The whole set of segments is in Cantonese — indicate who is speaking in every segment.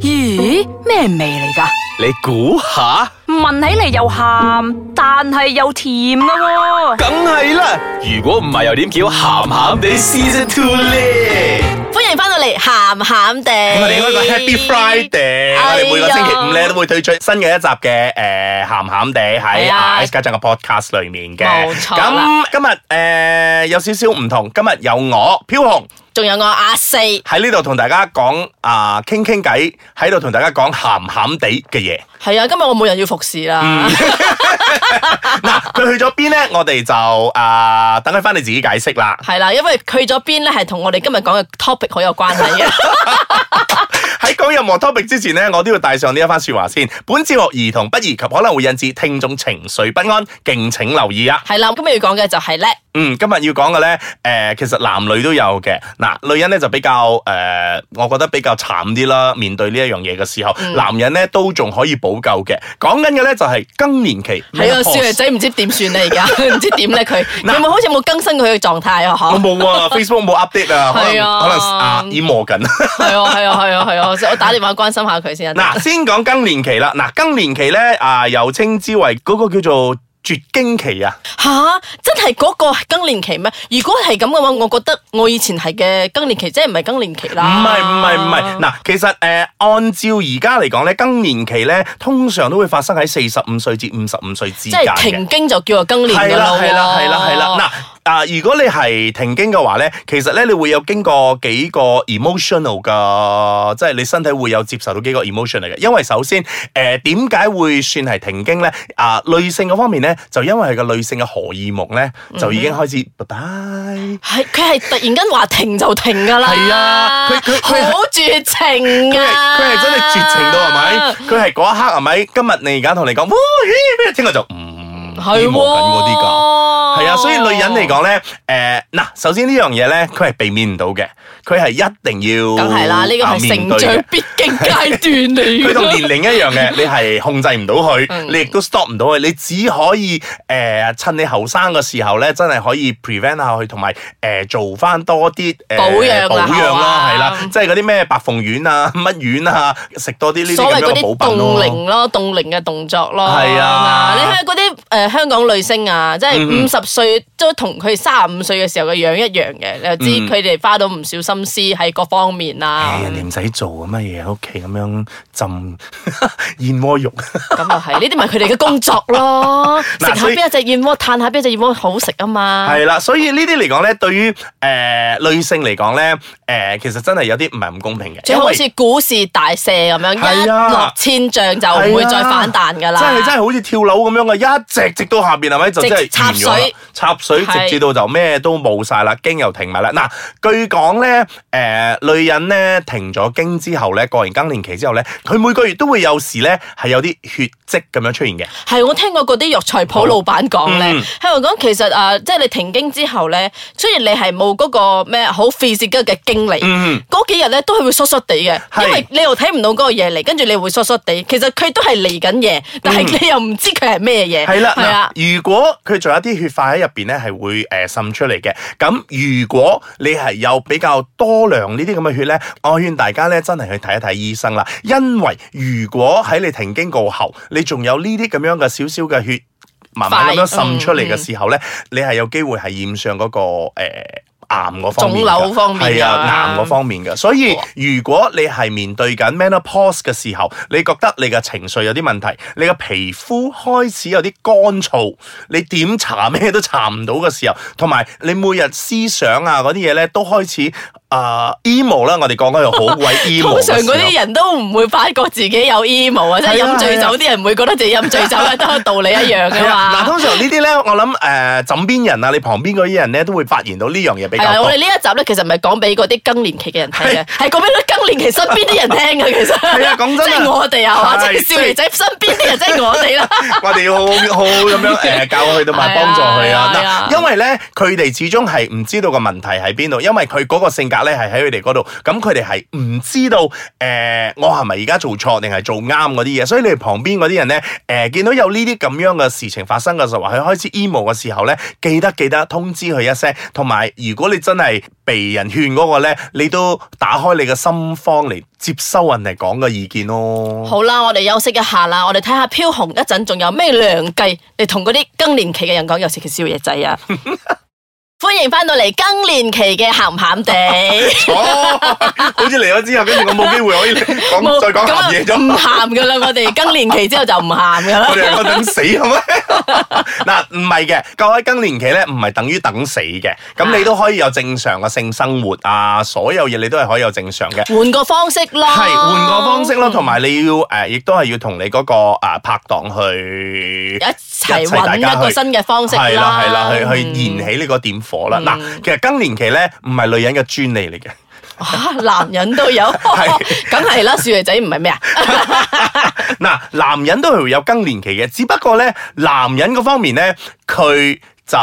Speaker 1: 咦，咩味嚟噶？
Speaker 2: 你估下，
Speaker 1: 聞起嚟又鹹，但係又甜噶喎、
Speaker 2: 梗係啦！如果唔係又點叫鹹鹹地 Season Two 咧？
Speaker 3: 歡迎翻到嚟，鹹鹹地。
Speaker 4: 我哋應啊該個 Happy Friday，我
Speaker 3: 哎呀
Speaker 4: 哋每個星期五咧都會推出新嘅一集嘅誒呃鹹鹹地喺
Speaker 3: 係啊
Speaker 4: Ice 家長嘅 podcast 裏面嘅。
Speaker 3: 冇錯啦
Speaker 4: 咁今日誒、呃有少少唔同，今日有我飄紅
Speaker 3: 仲有我阿四，係
Speaker 4: 喺呢度同大家講啊傾傾偈，喺度同大家講鹹鹹地嘅嘢。
Speaker 3: 啊，今日我每人要服侍
Speaker 4: 嗯
Speaker 3: 啦。
Speaker 4: 嗱，佢去咗邊咧？我哋就啊、等佢翻你自己解釋啦。
Speaker 3: 係啦，因為去咗邊咧，係同我哋今日講嘅 topic 好有關係嘅。
Speaker 4: 喺講任何 topic 之前呢，我都要帶上呢一番説話先。本節目兒童不宜及可能會引致聽眾情緒不安，敬請留意啊！
Speaker 3: 係啦，今日要講嘅就係咧，
Speaker 4: 嗯，今日要講嘅呢，誒、其實男女都有嘅。嗱、女人呢就比較誒、我覺得比較慘啲啦。面對呢一樣嘢嘅時候，
Speaker 3: 嗯
Speaker 4: 男人呢都仲可以補救嘅。講緊嘅呢就係、更年期。
Speaker 3: 係啊，少女仔唔知點算咧，而家 唔知點咧佢，有冇好似冇更新佢嘅狀態啊？
Speaker 4: 我
Speaker 3: 嗬，
Speaker 4: 冇啊，Facebook 冇 update 啊，可
Speaker 3: 係
Speaker 4: 能、
Speaker 3: 啊
Speaker 4: 可能啊淹沒緊。
Speaker 3: 係啊，係啊，係啊，係啊，所以我打電話關心下佢先啊。
Speaker 4: 嗱，先講更年期啦。嗱，更年期呢，啊，又稱之為嗰個叫做絕經期啊。
Speaker 3: 吓，真係嗰個更年期咩？如果係咁嘅話，我覺得我以前係嘅更年期，即係唔係更年期
Speaker 4: 唔
Speaker 3: 啦。
Speaker 4: 係唔係唔係，嗱，其實誒、呃按照而家嚟講咧，更年期咧通常都會發生喺四十五歲至五十五歲之
Speaker 3: 即
Speaker 4: 間
Speaker 3: 係
Speaker 4: 嘅
Speaker 3: 停。經就叫做更年㗎
Speaker 4: 啦
Speaker 3: 咯喎
Speaker 4: 係啦係啦係啦，嗱。啊！如果你係停經嘅話咧，其實咧你會有經過幾個 emotional 噶，即係你身體會有接受到幾個 emotion 嚟嘅。因為首先，誒點解會算係停經咧？啊、女性嗰方面咧，就因為佢個女性嘅荷爾蒙咧，就已經
Speaker 3: 嗯
Speaker 4: 開始拜拜。
Speaker 3: 係佢係突然間話停就停㗎啦，
Speaker 4: 係啊佢佢佢係
Speaker 3: 好絕情
Speaker 4: 佢係
Speaker 3: 啊！
Speaker 4: 佢係真係絕情到係咪？佢係嗰一刻係咪？今日你而家同你講，哇咦咩？聽日就唔
Speaker 3: 係喎，
Speaker 4: 緊嗰啲㗎。
Speaker 3: 哦
Speaker 4: 係啊，所以女人嚟講咧，誒、嗱，首先呢樣嘢咧，佢係避免唔到嘅，佢係一定要
Speaker 3: 梗係啦，呢個
Speaker 4: 啊
Speaker 3: 係
Speaker 4: 面
Speaker 3: 成
Speaker 4: 對嘅
Speaker 3: 長必經階段嚟 㗎。
Speaker 4: 佢同年齡一樣嘅，你係控制唔到
Speaker 3: 嗯
Speaker 4: 佢，你亦都 stop 唔到佢，你只可以誒、呃趁你後生嘅時候咧，真係可以 prevent 下佢，同埋誒做翻多啲誒
Speaker 3: 保養啊
Speaker 4: 保養啦，係
Speaker 3: 係
Speaker 4: 啦
Speaker 3: 嘛，
Speaker 4: 即係嗰啲咩白鳳丸啊、乜丸啊，食多啲呢啲
Speaker 3: 所
Speaker 4: 咁
Speaker 3: 謂
Speaker 4: 樣
Speaker 3: 嗰
Speaker 4: 嘅
Speaker 3: 啲
Speaker 4: 補品
Speaker 3: 動
Speaker 4: 咯。
Speaker 3: 靈咯，動靈嘅動作咯，
Speaker 4: 係啊嗯
Speaker 3: 你睇下嗰啲誒香港女星啊，即係五十歲都同佢三十五歲嘅時候嘅樣一樣嘅，你就知佢哋花到唔少心思喺各方面啦
Speaker 4: 唉。人哎哋唔使做嗯啊，乜嘢喺屋企咁樣 浸燕窩肉。
Speaker 3: 咁又係，呢啲咪佢哋嘅工作咯。食
Speaker 4: 嗱
Speaker 3: 下
Speaker 4: 所以
Speaker 3: 邊一隻燕窩，嘆下邊一隻燕窩好食啊嘛。
Speaker 4: 係啦，所以呢啲嚟講咧，對於誒、呃女性嚟講咧，誒、其實真係有啲唔係咁公平嘅，
Speaker 3: 最
Speaker 4: 因
Speaker 3: 好
Speaker 4: 為
Speaker 3: 似股市大瀉咁樣，一
Speaker 4: 係啊
Speaker 3: 落千丈就唔會再反彈噶啦。
Speaker 4: 真係真係好似跳樓咁樣嘅，一直直到下邊係咪就
Speaker 3: 直
Speaker 4: 真係
Speaker 3: 插
Speaker 4: 完咗啦
Speaker 3: 水
Speaker 4: 插水
Speaker 3: 係
Speaker 4: 直至到就咩都冇晒啦，經又停埋啦。嗱，據講咧，誒、女人咧停咗經之後咧，過完更年期之後咧，佢每個月都會有時咧係有啲血跡咁樣出現嘅。
Speaker 3: 係我聽過嗰啲藥材鋪老闆講咧
Speaker 4: 嗯，
Speaker 3: 喺度講其實啊，呃即係你停經之後咧，雖然你係冇嗰個咩好 physical 嘅經歷，
Speaker 4: 嗯
Speaker 3: 嗰幾日咧都係會疏疏地嘅，
Speaker 4: 係
Speaker 3: 因為你又睇唔到嗰個嘢嚟，跟住你會疏疏地。其實佢都係嚟緊嘢，但係你又唔知佢係咩嘢。
Speaker 4: 嗯係啦，
Speaker 3: 係啊，
Speaker 4: 嗱，如果佢仲有啲血塊喺入邊咧，係會誒滲出嚟嘅。咁如果你係有比較多量呢啲咁嘅血咧，我勸大家咧真係去睇一睇醫生啦。因為如果喺你停經過後，你仲有呢啲咁樣嘅少少嘅血。慢慢咁樣滲出嚟嘅時
Speaker 3: 嗯
Speaker 4: 候咧，你係有機會係染上嗰、個、呃、癌嗰方面㗎，
Speaker 3: 腫瘤方面㗎
Speaker 4: 係啊癌嗰方面嘅。所以如果你係面對緊 menopause 嘅時候，你覺得你嘅情緒有啲問題，你嘅皮膚開始有啲乾燥，你點搽咩都搽唔到嘅時候，同埋你每日思想啊嗰啲嘢咧都開始啊、emo 啦，我哋講緊又好 鬼 emo 啊嘅
Speaker 3: 通
Speaker 4: 時
Speaker 3: 常
Speaker 4: 候
Speaker 3: 嗰啲人啊都唔會發覺自己有 emo 啊，即係
Speaker 4: 係啊
Speaker 3: 飲醉酒
Speaker 4: 係啊
Speaker 3: 啲人唔會覺得自己飲醉酒啊，都係道理一樣
Speaker 4: 係
Speaker 3: 噶
Speaker 4: 啊嗱，
Speaker 3: 嘛。
Speaker 4: 通常呢啲咧，我諗誒、呃枕邊人啊，你旁邊嗰啲人咧，都會發現到呢樣嘢比
Speaker 3: 係
Speaker 4: 較
Speaker 3: 啊，
Speaker 4: 多
Speaker 3: 我哋。呢一集咧，其實唔係講俾嗰啲更年期嘅人睇嘅，係講俾啲更年期身邊啲人聽嘅。 其實係
Speaker 4: 啊講真啊
Speaker 3: 即係我哋啊，哇即
Speaker 4: 係
Speaker 3: 係少爺仔身邊啲人，即係我哋啦。
Speaker 4: 我哋要好好好好咁 樣誒教佢同埋幫助佢
Speaker 3: 係啊係啊
Speaker 4: 啊！嗱，因為咧佢哋始終係唔知道個問題喺邊度，因為佢嗰個性格格咧係喺佢哋嗰度，咁佢哋係唔知道诶、呃我係咪而家做錯定係做啱嗰啲嘢，所以你哋旁邊嗰啲人咧，诶、見到有呢啲咁樣嘅事情發生嘅時候，話佢開始 emo 嘅時候咧，記得記得通知佢一聲，同埋如果你真係被人勸嗰個咧，你都打開你嘅心房嚟接收人哋講嘅意見咯。
Speaker 3: 好啦，我哋休息一下啦，我哋睇下飄紅一陣仲有咩良計嚟同嗰啲更年期嘅人講，尤其是少爺 仔啊！歡迎翻到嚟更年期嘅鹹鹹地。
Speaker 4: 哦，好似嚟咗之後，跟住我冇機會可以講
Speaker 3: 冇
Speaker 4: 再講
Speaker 3: 咁
Speaker 4: 鹹
Speaker 3: 啊
Speaker 4: 嘢咗。
Speaker 3: 唔喊噶啦，我哋更年期之後就唔喊噶啦
Speaker 4: 我。哋係等死係 咪？嗱，唔係嘅，各位更年期咧，唔係等於等死嘅。咁你都可以有正常嘅性生活啊，所有嘢你都係可以有正常嘅。
Speaker 3: 換個方式咯，
Speaker 4: 係換個方式咯，同埋你要誒，亦都係要同你嗰個誒拍檔去
Speaker 3: 一齊
Speaker 4: 大
Speaker 3: 揾
Speaker 4: 家
Speaker 3: 一個
Speaker 4: 去
Speaker 3: 新嘅方式啦，
Speaker 4: 係啦係啦，去去
Speaker 3: 嗯
Speaker 4: 燃起呢個點火啦。嗱，其實更年期咧唔係女人嘅專利嚟嘅。
Speaker 3: 哇啊男人都有，
Speaker 4: 係
Speaker 3: 梗係啦，少爺仔唔係 咩啊？
Speaker 4: 嗱，男人都係會有更年期嘅，只不過咧，男人嗰方面咧，佢。就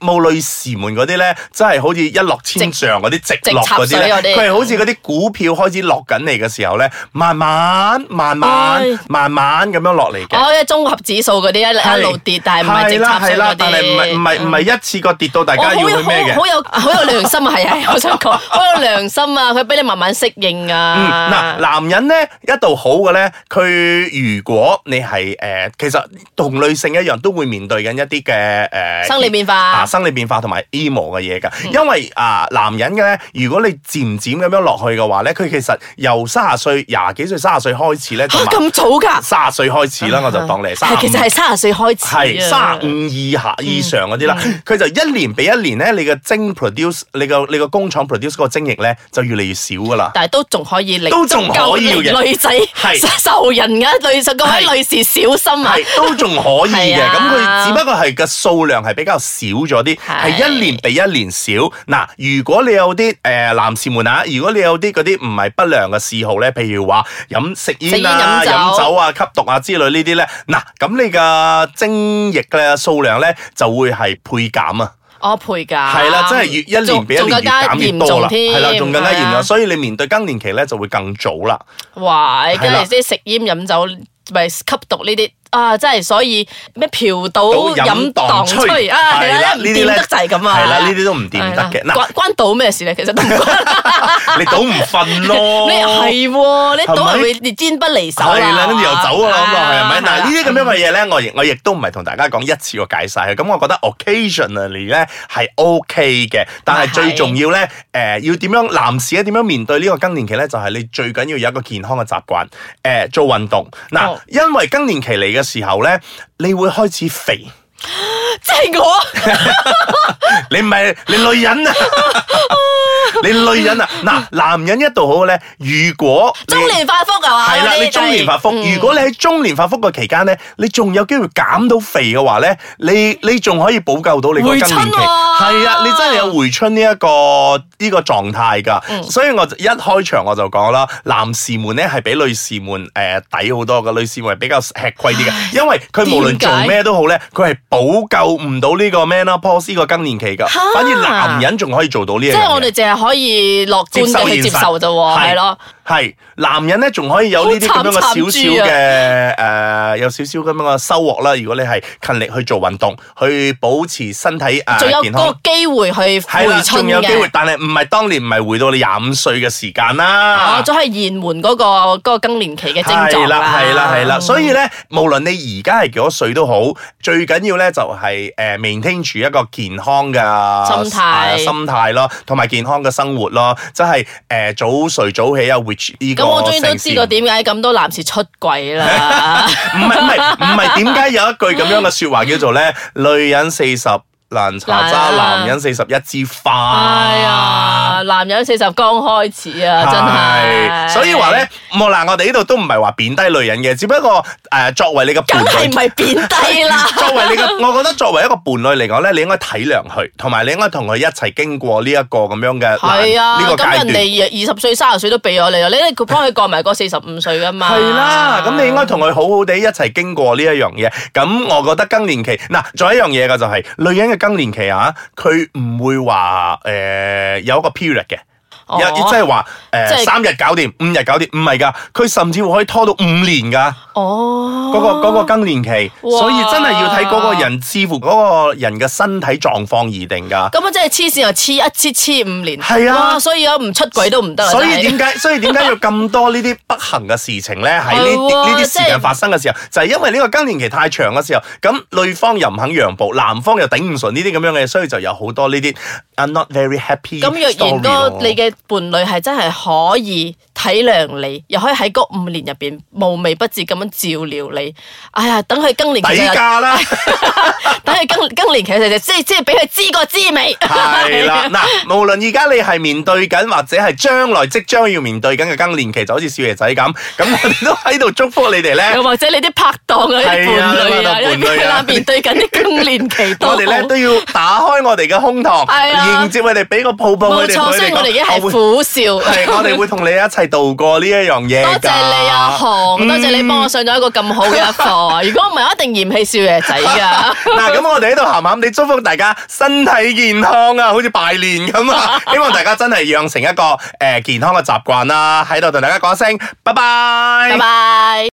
Speaker 4: 冇女士們嗰啲咧，真係好似一落千丈嗰啲直落嗰啲
Speaker 3: 直插水
Speaker 4: 咧
Speaker 3: 嗰，啲
Speaker 4: 佢係好似嗰啲股票開始落緊嚟嘅時候咧，慢慢、慢慢
Speaker 3: 唉、
Speaker 4: 慢慢咁樣落嚟嘅。
Speaker 3: 哦，一綜合指數嗰啲一一路
Speaker 4: 係
Speaker 3: 跌，但係唔係
Speaker 4: 係
Speaker 3: 直
Speaker 4: 啦
Speaker 3: 插
Speaker 4: 係
Speaker 3: 水
Speaker 4: 啦
Speaker 3: 嗰啲，
Speaker 4: 但係唔係唔係唔係一次過跌到大
Speaker 3: 我
Speaker 4: 家
Speaker 3: 好
Speaker 4: 要去
Speaker 3: 有
Speaker 4: 咩嘅
Speaker 3: 好？有好有良心啊，係係，我想講好有良心啊，佢俾你慢慢適應
Speaker 4: 嗯，
Speaker 3: 啊
Speaker 4: 嗱，。男人咧一度好嘅咧，佢如果你係誒、呃其實同女性一樣都會面對緊一啲嘅誒
Speaker 3: 生理變化嗯
Speaker 4: 啊，生理變化同埋 emo 嘅嘢㗎。因為啊，男人嘅咧，如果你漸漸咁樣落去嘅話咧，佢其實由三十歲、廿幾歲、三十歲開始咧，
Speaker 3: 嚇
Speaker 4: 同埋
Speaker 3: 啊咁早㗎？
Speaker 4: 三十歲開始啦，我就當你係三
Speaker 3: 係其實係三十歲嗯開
Speaker 4: 係
Speaker 3: 始啊
Speaker 4: 三。五以下以上嗰啲啦，佢就一年比一年咧，你嘅精 produce，你個你個工廠 produce 嗰個精液咧就越嚟越少㗎啦。
Speaker 3: 但係都仲可以令
Speaker 4: 都仲可以嘅
Speaker 3: 足夠令女仔
Speaker 4: 係
Speaker 3: 受人嘅女，各位
Speaker 4: 係
Speaker 3: 女士小心啊！
Speaker 4: 係都仲可以嘅，
Speaker 3: 係
Speaker 4: 咁佢、
Speaker 3: 啊
Speaker 4: 只不過係個數量係比較少咗啲，係
Speaker 3: 係
Speaker 4: 一年比一年少。嗱，如果你有啲誒、呃男士們啊，如果你有啲嗰啲唔係不良嘅嗜好咧，譬如話飲食煙啊、
Speaker 3: 食煙飲
Speaker 4: 飲
Speaker 3: 酒
Speaker 4: 酒啊、吸毒啊之類呢啲咧，嗱，咁你嘅精液嘅數量咧就會係倍減啊。
Speaker 3: 我哦陪㗎，
Speaker 4: 係啦，真係越一年比一年
Speaker 3: 仲更
Speaker 4: 越
Speaker 3: 加
Speaker 4: 減越
Speaker 3: 嚴
Speaker 4: 多啦，
Speaker 3: 重添，
Speaker 4: 係啦，仲更加嚴
Speaker 3: 係啊
Speaker 4: 重，所以你面對更年期咧就會更早啦。
Speaker 3: 哇！
Speaker 4: 係
Speaker 3: 跟
Speaker 4: 啦
Speaker 3: 住即係食煙飲酒，咪吸毒呢啲啊！真係所以咩嫖賭
Speaker 4: 到
Speaker 3: 飲
Speaker 4: 飲
Speaker 3: 蕩
Speaker 4: 蕩
Speaker 3: 吹
Speaker 4: 吹
Speaker 3: 啊，係
Speaker 4: 係
Speaker 3: 啦，
Speaker 4: 啦
Speaker 3: 唔
Speaker 4: 呢啲
Speaker 3: 掂
Speaker 4: 咧
Speaker 3: 得就係咁啊！
Speaker 4: 係啦呢啲都唔掂得嘅
Speaker 3: 係啦
Speaker 4: 嗱
Speaker 3: 關關賭咩事咧？其實都唔 關。
Speaker 4: 你賭唔瞓咯？
Speaker 3: 你係喎，你賭係會連煎不離手
Speaker 4: 哦係啦，
Speaker 3: 啦，
Speaker 4: 跟住又走啊咁啊，係咪？
Speaker 3: 係
Speaker 4: 嗱，
Speaker 3: 啦
Speaker 4: 呢 啲咁樣嘅嘢咧，我亦我亦都唔係同大家講一次過解晒嘅。咁我覺得 occasionally 咧係 OK 嘅，但
Speaker 3: 係
Speaker 4: 係最重要咧，誒要點樣男士啊咧點樣面對呢個更年期咧，就係你最緊要有一個健康嘅習慣，誒做運動。嗱
Speaker 3: 哦，
Speaker 4: 因為更年期嚟嘅時候咧，你會開始肥。
Speaker 3: 即係我。
Speaker 4: 你唔係你女人 啊！你女人啊！嗱，男人一度好咧，如果你
Speaker 3: 中年發福係嘛？
Speaker 4: 係啦，
Speaker 3: 有啲
Speaker 4: 你中年發福，
Speaker 3: 嗯
Speaker 4: 如果你喺中年發福嘅期間咧，你仲有機會減到肥嘅話咧，你你仲可以補救到你個更年期，
Speaker 3: 回春喎
Speaker 4: 係啊，你真係有回春呢、一個呢、個狀態㗎。
Speaker 3: 嗯
Speaker 4: 所以我就一開場我就講啦，男士們咧係比女士們誒、呃抵好多嘅，女士們係比較吃虧啲嘅，因為佢無論
Speaker 3: 點解
Speaker 4: 做咩都好咧，佢係補救唔到呢個 menopause 呢個更年期㗎，
Speaker 3: 嚇
Speaker 4: 反而男人仲可以做到呢一樣嘢。
Speaker 3: 即係我哋淨係可以樂觀地去接受啫喎，係咯。
Speaker 4: 系男人咧，仲可以有呢啲咁樣嘅少
Speaker 3: 啊
Speaker 4: 少嘅誒，有少少咁樣嘅收穫啦。如果你係勤力去做運動，去保持身體啊
Speaker 3: 仲有
Speaker 4: 健
Speaker 3: 嗰
Speaker 4: 康
Speaker 3: 個，機會去
Speaker 4: 係啦
Speaker 3: 回，春
Speaker 4: 仲有機會
Speaker 3: 嘅，，
Speaker 4: 但係唔係當年唔係回到你廿五歲嘅時間啦
Speaker 3: 哦，。仲係延緩嗰個嗰個更年期嘅症
Speaker 4: 係
Speaker 3: 狀啊
Speaker 4: 啦，係啦，係啦，所
Speaker 3: 以
Speaker 4: 以咧，無論你而家係幾多歲都好，最緊要咧就係誒 maintain 住一個健康嘅
Speaker 3: 心態
Speaker 4: 啊心態咯，同埋健康嘅生活咯，即係誒早睡早起啊，which 呢個
Speaker 3: 咁我終於都
Speaker 4: 城市
Speaker 3: 知道
Speaker 4: 唔
Speaker 3: 點解咁多男士出 軌啦。
Speaker 4: 唔係唔係唔係，點解有一句咁樣嘅説話叫做咧？女人四十難查
Speaker 3: 難
Speaker 4: 渣，
Speaker 3: 啊
Speaker 4: 男人四十一枝花。
Speaker 3: 哎呀，男人四十剛開始啊，真係。
Speaker 4: 所以話咧，，冇嗱，我哋呢度都唔係話貶低女人嘅，只不過誒、呃作為你嘅
Speaker 3: 梗
Speaker 4: 伴
Speaker 3: 係唔
Speaker 4: 侶。？
Speaker 3: 係貶低啦
Speaker 4: 作為你嘅，我覺得作為一個伴侶嚟講咧，你應該體諒佢，同埋你應該同佢一齊經過呢一個咁樣嘅難
Speaker 3: 係啊
Speaker 4: 呢，個
Speaker 3: 咁
Speaker 4: 階
Speaker 3: 人
Speaker 4: 段。
Speaker 3: 哋二十歲、三十歲都俾咗你啦，你你幫佢過埋嗰四十五歲噶嘛？
Speaker 4: 係啦，咁你應該同佢好好地一齊經過呢一樣嘢。咁我覺得更年期嗱，仲有一樣嘢嘅就係、女人嘅更年期啊，佢唔會話誒、呃有一個 period 嘅。
Speaker 3: 哦
Speaker 4: 一即係話
Speaker 3: 即
Speaker 4: 誒
Speaker 3: 係
Speaker 4: 三日搞掂，五日搞掂，唔係㗎，佢甚至乎可以拖到五年㗎。
Speaker 3: 哦，
Speaker 4: 嗰、個嗰、個更年期，
Speaker 3: 哇
Speaker 4: 所以真係要睇嗰個人，視乎嗰個人嘅身體狀況而定㗎。
Speaker 3: 咁啊，真係黐線又黐一黐黐五年，
Speaker 4: 係啊
Speaker 3: 哇所以啊唔出軌都唔得啊，
Speaker 4: 所以
Speaker 3: 真係
Speaker 4: 點解？所以點解要咁多呢啲不幸嘅事情 咧？喺呢
Speaker 3: 係
Speaker 4: 啲
Speaker 3: 喎
Speaker 4: 呢啲
Speaker 3: 即係
Speaker 4: 時間發生嘅時候，就係、因為呢個更年期太長嘅時候，咁女方又唔肯讓步，男方又頂唔順呢啲咁樣嘅，所以就有好多呢啲 I'm not very happy
Speaker 3: 咁若然
Speaker 4: story
Speaker 3: 嗰
Speaker 4: 咯
Speaker 3: 個你嘅伴侶係真係可以體諒你，又可以喺嗰五年入邊無微不至咁樣照料你，哎呀，等佢更年期
Speaker 4: 底
Speaker 3: 就有
Speaker 4: 價啦。
Speaker 3: 等佢更更年期就即係即係俾佢知個滋味。
Speaker 4: 系啦，嗱，無論而家你係面對緊或者係將來即將要面對緊嘅更年期，就好似少爺仔 咁，咁我哋都喺度祝福你哋咧。
Speaker 3: 又或者你啲拍檔啊、啲
Speaker 4: 啊係啊
Speaker 3: 伴
Speaker 4: 你
Speaker 3: 侶啊，
Speaker 4: 拍檔
Speaker 3: 因為
Speaker 4: 伴侶啊
Speaker 3: 佢面對緊啲更年期都好
Speaker 4: 我哋咧都要打開我哋嘅胸
Speaker 3: 係啊
Speaker 4: 膛，迎接佢哋，俾個抱抱
Speaker 3: 冇
Speaker 4: 佢哋。
Speaker 3: 錯，雖然我哋已經係苦笑。
Speaker 4: 系我哋會同你一齊度過呢一樣嘢
Speaker 3: 多
Speaker 4: 㗎。
Speaker 3: 謝你啊，航，多謝你幫我上咗一個咁好嘅一課。如果唔係，我一定嫌棄少爺仔 㗎。
Speaker 4: 嗱，咁我哋喺度鹹鹹地祝福大家身體健康啊，好似拜年咁 啊！希望大家真係養成一個诶、呃健康嘅習慣啦。喺度同大家講聲，拜拜
Speaker 3: 拜拜。